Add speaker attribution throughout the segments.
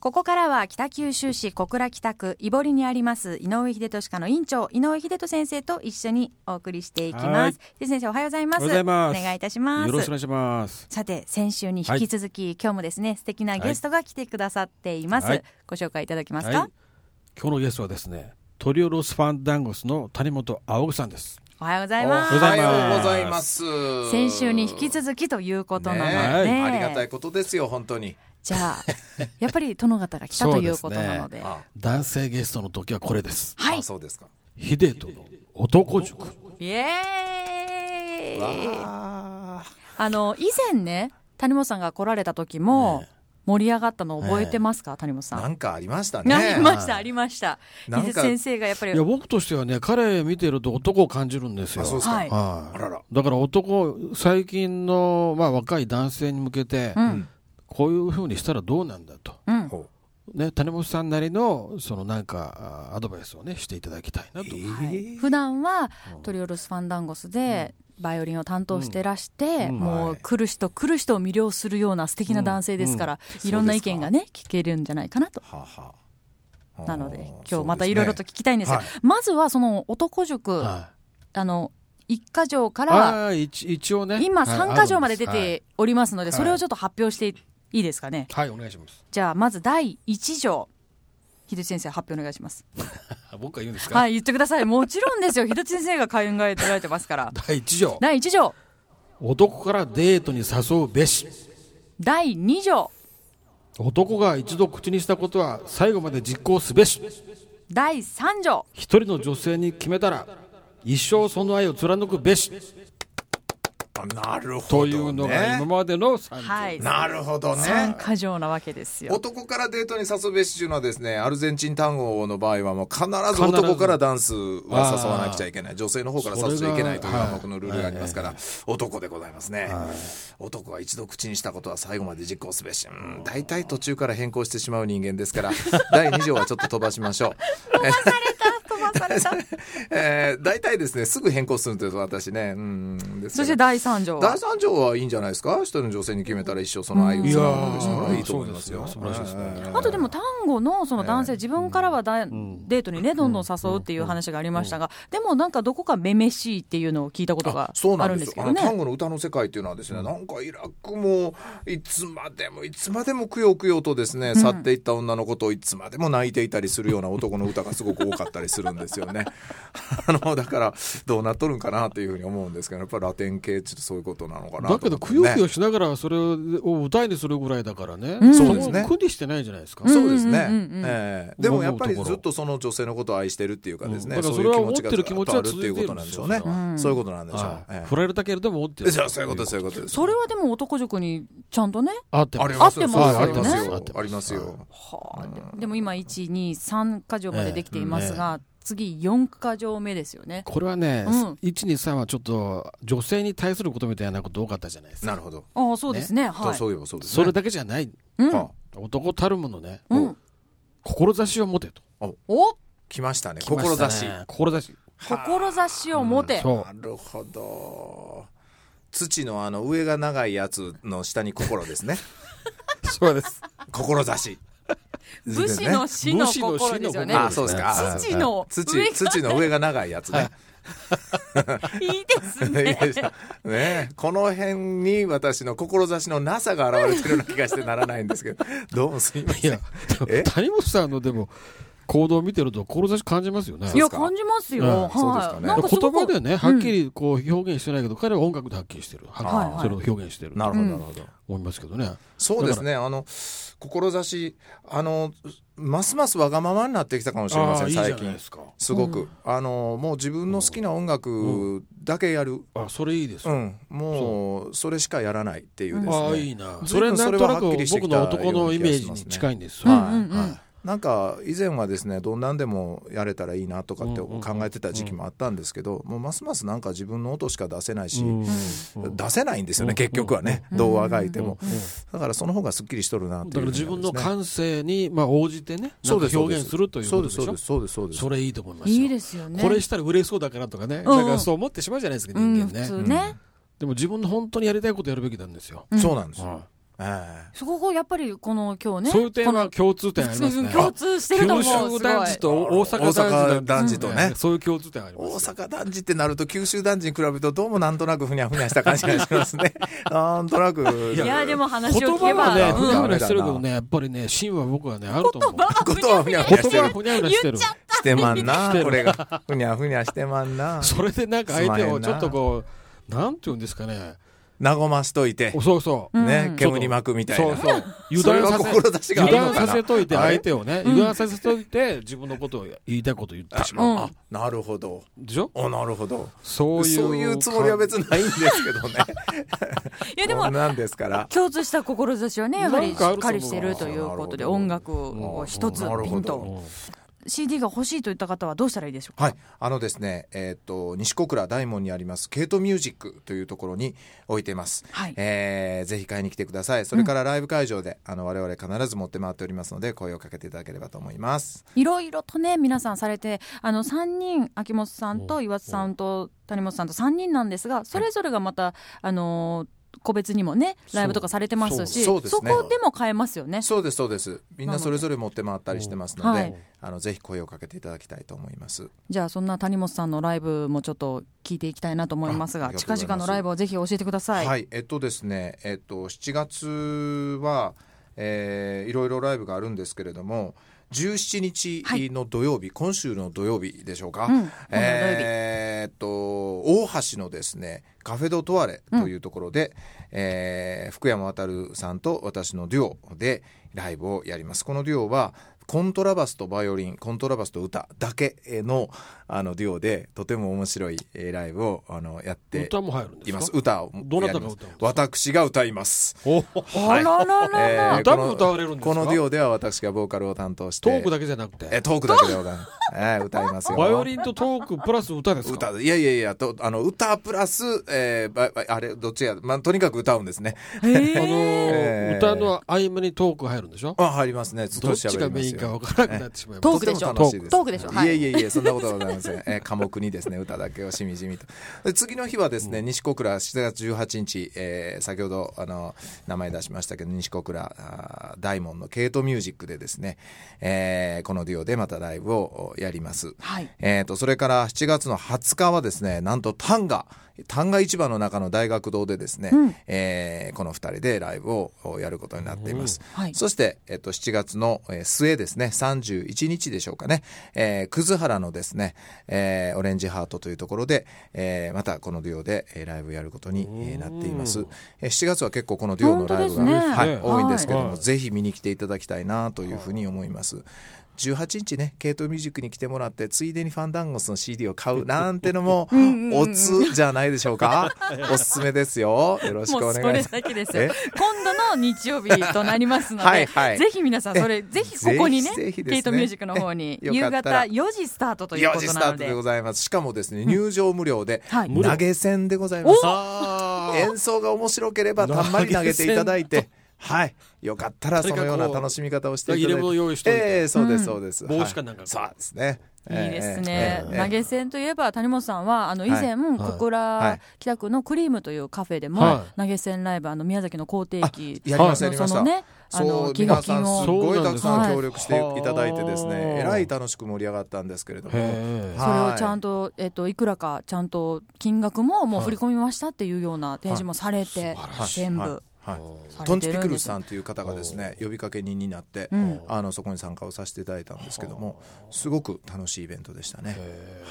Speaker 1: ここからは北九州市小倉北区井堀にあります井上秀俊科の院長井上秀俊先生と一緒にお送りしていき
Speaker 2: は
Speaker 1: ま
Speaker 2: い
Speaker 1: す。秀俊先生おはようございます。
Speaker 2: おはようございます
Speaker 1: お願いいたします。
Speaker 2: よろしくお願いします。
Speaker 1: さて先週に引き続き、今日もですね素敵なゲストが来てくださっています、
Speaker 2: はい
Speaker 1: ご紹介いただけます
Speaker 2: はい。
Speaker 1: か、
Speaker 2: 今日のゲストはですね、トリオロスファンダンゴスの谷本青さんです。
Speaker 1: おはようござい
Speaker 3: お
Speaker 1: ます
Speaker 3: はようございます。
Speaker 1: 先週に引き続きということなので、
Speaker 2: ねえ
Speaker 3: ありがたいことですよ、本当に。
Speaker 1: じゃあやっぱり殿方が来たということなので
Speaker 3: あ、
Speaker 2: 男性ゲストの時はこれです。
Speaker 1: はい
Speaker 3: あそうですか。
Speaker 2: 秀人の男塾。
Speaker 1: イエーイ
Speaker 3: あ
Speaker 1: あの以前ね谷本さんが来られた時も盛り上がったの覚えてますか、谷本さ
Speaker 3: ー
Speaker 1: ん
Speaker 3: なんかありましたね。
Speaker 1: ありました、
Speaker 3: は
Speaker 1: あ
Speaker 3: い
Speaker 1: りました。
Speaker 3: なん
Speaker 1: 伊
Speaker 3: か
Speaker 1: 豆先生がやっぱり
Speaker 2: いや、僕としてはね、彼見てると男を感じるんですよ。
Speaker 3: あ、そうですか。
Speaker 1: はい
Speaker 2: は
Speaker 3: あらら。
Speaker 2: い。だから男、最近の、まあ、若い男性に向けて、
Speaker 1: うん
Speaker 2: こういうふうにしたらどうなんだと。
Speaker 1: うん、
Speaker 3: ほ
Speaker 2: ね、谷本さんなりの、そのなんか、あアドバイスをね、していただきたいなと。
Speaker 1: 普段はトリオルス・ファンダンゴスでバイオリンを担当してらして、
Speaker 2: うん
Speaker 1: も
Speaker 3: は
Speaker 1: う
Speaker 3: い
Speaker 1: 来る人来る人を魅了するような素敵な男性ですから、いろんな意見がね聞けるんじゃないかなと
Speaker 3: うはあはあ。
Speaker 1: なので
Speaker 3: あー
Speaker 1: 今日またいろいろと。聞きたいんですが
Speaker 3: はい
Speaker 1: まずはその男塾、
Speaker 2: は
Speaker 1: あの一課条か
Speaker 2: い。
Speaker 1: ら
Speaker 2: ああ、一一応ね。
Speaker 1: 今
Speaker 2: はい
Speaker 1: 三課条まで出
Speaker 2: あるんすはい
Speaker 1: ておりますので、
Speaker 2: はい
Speaker 1: それをちょっと発表していいですかね、
Speaker 2: はい、お願いします。
Speaker 1: じゃあまず第一条秀吉先生発表お願いします
Speaker 2: 僕が言うんです
Speaker 1: はい言ってくださいもちろんですよ秀吉先生が考えてられてますから
Speaker 2: 第1条、
Speaker 1: 第一条
Speaker 2: 男からデートに誘うべし。
Speaker 1: 第2条
Speaker 2: 男が一度口にしたことは最後まで実行すべし。
Speaker 1: 第3条
Speaker 2: 一人の女性に決めたら、一生その愛を貫くべし。
Speaker 3: あなるほど。
Speaker 2: というのが今。までの3条。
Speaker 1: はい
Speaker 3: なるほどね
Speaker 1: 3。か条なわけですよ
Speaker 3: 男からデートに誘うべしというのはですね、アルゼンチン単語の場合はもう必ず男からダンスは誘わなくちゃいけない。女性の方から誘っちゃいけないという暗黙のルールがありますから、男でございますね、男は一度口にしたことは最後まで実行すべし。うん、大体途中から変更してしまう人間ですから、 第2条はちょっと飛ばしましょう。
Speaker 1: 飛ばされた
Speaker 3: えー、大体ですね、すぐ変更するんですよ、私ね。うん、です
Speaker 1: そ
Speaker 3: から
Speaker 1: して第3条
Speaker 3: 第三条はいいんじゃないですか一人の女性に決めたら一生その愛を
Speaker 2: いや
Speaker 3: 貫くでしょう
Speaker 2: ー、
Speaker 3: いいと思いますよ。
Speaker 2: そうですね素晴らしいですね。
Speaker 1: あとでも単語のその男性、自分からはだ、デートにねどんどん誘うっていう話がありましたが、でもなんかどこかめめしいっていうのを聞いたことが
Speaker 3: そう
Speaker 1: あ
Speaker 3: なん
Speaker 1: るん
Speaker 3: で
Speaker 1: ですす
Speaker 3: よ。
Speaker 1: け
Speaker 3: あ
Speaker 1: ど
Speaker 3: の単
Speaker 1: ね
Speaker 3: 語の歌の世界というのはですね、なんかイラクもいつまでもいつまでもくよくよとですね、去っていった女のことをいつまでも泣いていたりするような男の歌がすごく多かったりするんです よね。あのだからどうなっとるんかなというふうに思うんですけど、やっぱラテン系ってそういうことなのかなと思
Speaker 2: だ
Speaker 3: って
Speaker 2: け
Speaker 3: ね、
Speaker 2: ど、くよくよしながらそれを歌いにするぐらいだからね。
Speaker 1: ん
Speaker 3: そうですね
Speaker 2: 苦にしてないじゃないですか。
Speaker 3: そうですね、
Speaker 1: うんうんうんうん
Speaker 3: ええでもやっぱりずっとその女性のことを愛してるっていうかですね、
Speaker 2: うんだから
Speaker 3: そう
Speaker 2: そ
Speaker 3: い
Speaker 2: れ
Speaker 3: う
Speaker 2: は
Speaker 3: 気持ちがずっと
Speaker 2: 思ってて
Speaker 3: あるっい
Speaker 2: る
Speaker 3: う
Speaker 2: 気持ち
Speaker 3: こと
Speaker 2: は
Speaker 3: なんでしょ
Speaker 2: 続
Speaker 3: う
Speaker 2: いて
Speaker 3: ね
Speaker 2: る、ん
Speaker 3: そういうことなんでしょう、
Speaker 2: はい
Speaker 3: ええ
Speaker 2: 振られたけれども、って
Speaker 3: じゃあそういうことですそういうことです
Speaker 1: それはでも男塾にちゃんとね
Speaker 2: 合って
Speaker 3: あ
Speaker 2: ま
Speaker 3: り
Speaker 2: す。
Speaker 3: ますよ
Speaker 1: 合
Speaker 3: あ
Speaker 1: って
Speaker 3: り
Speaker 1: ま
Speaker 3: ますす
Speaker 1: よ
Speaker 3: よ、
Speaker 2: 合ってます
Speaker 3: ありますよ
Speaker 1: はあででも今123か条までできていますが、次4か条目ですよね
Speaker 2: これはね、
Speaker 1: うん
Speaker 2: 123はちょっと女性に対することみたいなこと多かったじゃないですか
Speaker 3: なるほど、
Speaker 1: ああそうですねはい
Speaker 3: そういえばそうです、ね、
Speaker 2: それだけじゃない
Speaker 1: うん
Speaker 3: あ
Speaker 2: 男たるものね、
Speaker 1: うん
Speaker 2: 志を持てと
Speaker 1: お
Speaker 3: 来ましたね
Speaker 2: 来ましたね
Speaker 3: 志
Speaker 2: 志
Speaker 1: 志を持て、
Speaker 2: そ
Speaker 3: なるほど土のあの上が長いやつの下に心です ね
Speaker 2: うそうです
Speaker 3: 志
Speaker 1: 武士の死の心ですよね
Speaker 2: 武士の死の心
Speaker 3: あそうですかあ
Speaker 1: 土の上
Speaker 3: 土土の上が長いやつね、
Speaker 1: い い です
Speaker 3: ね
Speaker 1: ね
Speaker 3: ねこの辺に私の志のなさが現れてるような気がしてならないんですけど、どうもすみま
Speaker 2: い
Speaker 3: せん
Speaker 2: や。
Speaker 3: え
Speaker 2: 谷本さんのでも行動を見てると志感じますよね
Speaker 1: いや
Speaker 3: か
Speaker 1: 感じますよ、
Speaker 2: うん
Speaker 3: そうですか
Speaker 1: はい
Speaker 3: ね
Speaker 1: なんかすご
Speaker 2: 言
Speaker 1: く
Speaker 2: 葉ではねはっきりこう表現してないけど、彼は音楽ではっきりしてるはっきり
Speaker 1: はいはい
Speaker 2: それを表現してる
Speaker 3: なるほど、なるほど。
Speaker 2: 思いますけどね
Speaker 3: そうですね、あの、志、あの、ますますわがままになってきたかもしれませ
Speaker 2: あーい
Speaker 3: ん、
Speaker 2: いじゃ
Speaker 3: 最
Speaker 2: ない
Speaker 3: 近
Speaker 2: で。すか
Speaker 3: すごく。あの、もう自分の好きな音楽だけやる。
Speaker 2: あそれいいです、
Speaker 3: う
Speaker 2: よ
Speaker 3: ん。もう、それしかやらないっていうです
Speaker 2: ああい
Speaker 3: ね
Speaker 2: い。なそ
Speaker 3: 随
Speaker 2: れ
Speaker 3: 分
Speaker 2: なんとなく
Speaker 3: それははっきりして
Speaker 2: 僕
Speaker 3: きた
Speaker 2: の男のイメージに近いんですよ、
Speaker 3: はい
Speaker 1: うんうんうん
Speaker 3: なんか以前はですねどんなんでもやれたらいいなとかって考えてた時期もあったんですけど、もうますますなんか自分の音しか出せないし、出せないんですよね、結局はね、どうあがいても、だからその方がすっきりしとるなっ
Speaker 2: だ
Speaker 3: て
Speaker 2: か
Speaker 3: いう
Speaker 2: ら
Speaker 3: ふうに
Speaker 2: 自
Speaker 3: 思い
Speaker 2: 分
Speaker 3: ますね
Speaker 2: の感性にまあ応じてね、な
Speaker 3: そ
Speaker 2: ん
Speaker 3: う
Speaker 2: か
Speaker 3: です
Speaker 2: 表現するということでし
Speaker 3: そう
Speaker 2: ょ
Speaker 3: です。そうですそうですそ
Speaker 2: そう
Speaker 3: で
Speaker 2: れ
Speaker 3: す
Speaker 2: いいと思いますよ。
Speaker 1: いいですよね
Speaker 2: これしたら売れそうだからとかね、
Speaker 1: うん
Speaker 2: だからそう思ってしまうじゃないですか、
Speaker 1: うん
Speaker 2: 人間
Speaker 1: 普
Speaker 2: ね。
Speaker 1: 通ね、
Speaker 2: でも自分の本当にやりたいことやるべきなんですよ。
Speaker 3: そうなんですよ、え
Speaker 1: そこをやっぱりこの今日ね。
Speaker 2: そういう点
Speaker 1: こ
Speaker 2: は
Speaker 1: の
Speaker 2: 共通点ありますね。
Speaker 1: 共通してると思う。
Speaker 2: 九州男児と大阪男児
Speaker 3: 大阪男児とね
Speaker 2: そういう共通点あり
Speaker 3: 大
Speaker 2: ます。
Speaker 3: 阪男児ってなると九州男児に比べるとどうもなんとなくふにゃふにゃした感じがしますね。なんとなく。
Speaker 1: いや、でも話を
Speaker 2: 言
Speaker 1: 聞け
Speaker 2: 葉
Speaker 1: ば。
Speaker 2: はね、
Speaker 1: うん
Speaker 2: ふにゃふにゃしてるけどね、やっぱりね、芯は僕はね、あると思う。
Speaker 3: ことはふにゃふにゃし
Speaker 2: 言
Speaker 3: て
Speaker 2: 葉は
Speaker 3: る。
Speaker 2: ふにゃふにゃしてる。
Speaker 3: してまんな、これが。ふにゃふにゃしてまんな。
Speaker 2: それでなんか相手をちょっとこう、なんて言うんですかね。
Speaker 3: 和ましといて
Speaker 2: お、そうそう。
Speaker 1: うん
Speaker 3: ね、煙巻くみたい
Speaker 2: そう
Speaker 3: な。
Speaker 2: そう。
Speaker 3: それ
Speaker 2: 油断
Speaker 3: は
Speaker 2: させ、
Speaker 3: 志があ
Speaker 2: 油
Speaker 3: るの
Speaker 2: 断
Speaker 3: か
Speaker 2: さ
Speaker 3: な
Speaker 2: せといて、
Speaker 3: あれ
Speaker 2: 相手をね、油断させといて、自分のことを言いたいこと言ってしまう。
Speaker 1: うん
Speaker 3: あ、なるほど。
Speaker 2: でしょ
Speaker 3: お、なるほど。
Speaker 2: そういう。
Speaker 3: そういうつもりは別にないんですけどね。
Speaker 1: いや、で
Speaker 3: こ
Speaker 1: も
Speaker 3: ん、なんですから。
Speaker 1: 共通した志はね、やはり
Speaker 2: なん
Speaker 1: し
Speaker 2: か
Speaker 1: っ
Speaker 2: あると思
Speaker 1: か
Speaker 2: う
Speaker 1: りしてるということで、
Speaker 3: なるほど
Speaker 1: 音楽を一つ
Speaker 3: うんなるほど
Speaker 1: ピン
Speaker 2: う
Speaker 1: と。
Speaker 2: ん
Speaker 1: CD が欲しいといった方はどうしたらいいでしょうか。
Speaker 3: はい、あのですね、えっ、と西小倉大門にありますケイトミュージックというところに置いています。
Speaker 1: はい
Speaker 3: えーぜひ買いに来てください。それからライブ会場で、あの我々必ず持って回っておりますので声をかけていただければと思います。
Speaker 1: いろいろとね、皆さんされて、あの、3人、秋元さんと岩津さんと谷本さんと3人なんですが、それぞれがまた、あのー個別にもね、ライブとかされてますし、
Speaker 3: そ
Speaker 1: そう
Speaker 3: そうそうですね
Speaker 1: こでも買えますよね。
Speaker 3: そうですそうです。みんなそれぞれ持って回ったりしてますので、
Speaker 1: なるほど
Speaker 3: あのぜひ声をかけていただきたいと思います。
Speaker 1: じゃあ、そんな谷本さんのライブもちょっと聞いていきたいなと思います
Speaker 3: あ
Speaker 1: が、
Speaker 3: ありがと
Speaker 1: 近
Speaker 3: うございます
Speaker 1: 々のライブをぜひ教えてくださ。
Speaker 3: はいい、えっとですね、えっと7月は、えーいろいろライブがあるんですけれども。17日の土曜日、今週の土曜日でしょうか、
Speaker 1: うん
Speaker 3: えーっと大橋のですねカフェ・ド・トワレというところで、えー福山渉さんと私のデュオでライブをやりますこのデュオはコントラバスとバイオリンコントラバスと歌だけのあのデュオでとても面白いえーライブをあのやって
Speaker 2: 歌も入るんで
Speaker 3: い
Speaker 2: すか
Speaker 3: ます。歌を
Speaker 2: どなたが歌うんですか
Speaker 3: やります私が歌います。
Speaker 2: お
Speaker 1: あらららら
Speaker 3: えー
Speaker 2: 歌も
Speaker 3: この
Speaker 2: 歌われるんですか
Speaker 3: このデュオでは私がボーカルを担当して。
Speaker 2: トークだけじゃなく
Speaker 3: え
Speaker 2: て、
Speaker 3: トークだけでございます。えー歌いますよ。
Speaker 2: バイオリンとトークプラス歌ですか
Speaker 3: 歌いやいやいやとあの歌プラス、えーばばあれどっちや、まあ、とにかく歌うんですね。
Speaker 2: あの
Speaker 1: えー
Speaker 2: ー
Speaker 3: えー
Speaker 2: 歌の合間にトーク入るんでしょ
Speaker 3: あ入りますね。ず
Speaker 2: どっ
Speaker 3: と喋
Speaker 2: ち
Speaker 3: り
Speaker 2: が
Speaker 3: ま
Speaker 2: メイ
Speaker 3: す
Speaker 2: ン
Speaker 3: よ
Speaker 2: か分からなくなってしまい
Speaker 1: ト
Speaker 2: ま
Speaker 1: ー
Speaker 2: す。
Speaker 1: クでしょ
Speaker 3: とても楽いす
Speaker 1: トークでしょはい
Speaker 3: いえいえいえ、そんなことはございません。えー、科目にですね、歌だけをしみじみと。で次の日はですね、西小倉、7月18日、えー先ほど、あの、名前出しましたけど、西小倉、あー大門のケイトミュージックでですね、えーこのデュオでまたライブをやります。
Speaker 1: はい
Speaker 3: えーと、それから7月の20日はですね、なんと丹賀、丹賀市場の中の大学堂でですね、えーこの2人でライブをやることになっています。
Speaker 1: はい
Speaker 3: そして、えっと、7月のえー末ですね、31日でしょうかね、えー、葛原のですね、えーオレンジハートというところで、えーまたこのデュオでえーライブをやることにえーなっています。えー7月は結構このデュオのライブが、
Speaker 1: 本当ですね
Speaker 3: はい
Speaker 2: ね
Speaker 3: 多いんですけども、
Speaker 2: はい
Speaker 3: ぜひ見に来ていただきたいなというふうに思います。18日ね、ケイトミュージックに来てもらって、ついでにファンダンゴスの CD を買うなんて のも、おつじゃないでしょうか。おすすめですよ。よろしくお
Speaker 1: もう
Speaker 3: 願いし
Speaker 1: そ
Speaker 3: ま
Speaker 1: れ
Speaker 3: す。
Speaker 1: だけですよ。
Speaker 3: え
Speaker 1: 今度の日曜日となりますので、
Speaker 3: はいはい
Speaker 1: ぜひ皆さん、それ、ぜひここにね、
Speaker 3: ぜひぜひですね
Speaker 1: ケイトミュージックの方に、
Speaker 3: えよか
Speaker 1: 夕
Speaker 3: った
Speaker 1: 方
Speaker 3: ら
Speaker 1: 4時スタートという
Speaker 3: 4
Speaker 1: こ
Speaker 3: 時
Speaker 1: と
Speaker 3: スタ
Speaker 1: なの
Speaker 3: ート
Speaker 1: で、
Speaker 3: でございます。しかもですね、入場無料で、
Speaker 1: はい
Speaker 2: 無料
Speaker 3: 投げ銭でございます。
Speaker 2: あー
Speaker 3: 演奏が面白ければ、たんまり投げていただいて、はい。よかったら、そのような楽しみ方をしていただいて。
Speaker 2: 入れ物用意しといて
Speaker 3: ええそうです、そうです。
Speaker 2: 帽子かなんか
Speaker 3: はいそうですね。
Speaker 1: いいですね
Speaker 3: え、えええ
Speaker 1: 投げ銭といえば谷本さんはあの以前、小
Speaker 3: は
Speaker 1: 倉
Speaker 3: い
Speaker 1: 北区のクリームというカフェでも、
Speaker 2: は
Speaker 1: 投げ銭ライブあの宮崎の口亭駅
Speaker 3: やりました、や
Speaker 1: の
Speaker 3: りまし
Speaker 1: そ
Speaker 3: た。
Speaker 1: のねあ
Speaker 3: そ
Speaker 1: の
Speaker 3: う、
Speaker 1: 寄
Speaker 3: 皆
Speaker 1: 付
Speaker 3: さ
Speaker 1: 金
Speaker 3: んす
Speaker 1: を
Speaker 3: ごいたく
Speaker 1: そうなんで
Speaker 3: さん
Speaker 1: す
Speaker 3: 協力していただいてです
Speaker 2: はあ
Speaker 3: ね、えらい楽しく盛り上がったんですけれども、
Speaker 2: へえ
Speaker 1: それをちゃん
Speaker 3: と
Speaker 1: と、えっと、いくらかちゃんと金額ももう振り込みましたっていうような提示もされて、全部さ
Speaker 3: ト
Speaker 1: れ
Speaker 3: ンチ
Speaker 1: て
Speaker 3: ピ
Speaker 1: る
Speaker 3: ク
Speaker 1: ん
Speaker 3: ル
Speaker 1: で
Speaker 3: ス
Speaker 1: す
Speaker 3: さんという方がですね呼びかけ人になって、あのそこに参加をさせていただいたんですけどもすごく楽しいイベントでしたね。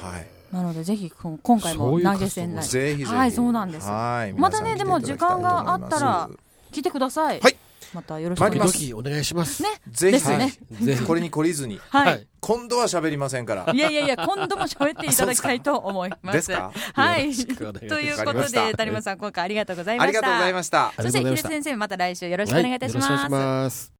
Speaker 3: はい
Speaker 1: なのでぜひこ今回
Speaker 2: そ
Speaker 1: も
Speaker 2: ういう
Speaker 1: 投げ銭ライブ
Speaker 3: ぜひぜひ
Speaker 1: はいそうなんです
Speaker 3: はい
Speaker 1: またねで
Speaker 3: 皆さ
Speaker 1: も
Speaker 3: ん来て
Speaker 1: 時
Speaker 3: いただ
Speaker 1: 間
Speaker 3: きたいと思います
Speaker 1: があったら来てください
Speaker 3: はい
Speaker 1: またよろしくお
Speaker 3: 参
Speaker 1: 願
Speaker 3: り
Speaker 1: いし
Speaker 3: ま
Speaker 1: ますすね
Speaker 2: 時々お願いします。
Speaker 3: ぜ
Speaker 1: で
Speaker 3: ひ
Speaker 1: すよね
Speaker 2: ぜひ
Speaker 3: これに懲りずに
Speaker 1: はい、
Speaker 2: はい
Speaker 3: 今度は喋りませんから
Speaker 1: いやいやいや、今度も喋っていただきたいと思い ます。
Speaker 3: ですか
Speaker 1: は
Speaker 2: よ
Speaker 1: い。
Speaker 2: ろしくお願いします
Speaker 1: というこ
Speaker 3: わかりま
Speaker 1: と
Speaker 3: した
Speaker 1: で、谷本さん、今回ありがとうございま
Speaker 3: あ
Speaker 1: し
Speaker 3: り
Speaker 1: た。
Speaker 3: がとうございました。
Speaker 1: そして、秀津先生、また来週よろしくお願いいたします。
Speaker 2: はいよろしくお願いします。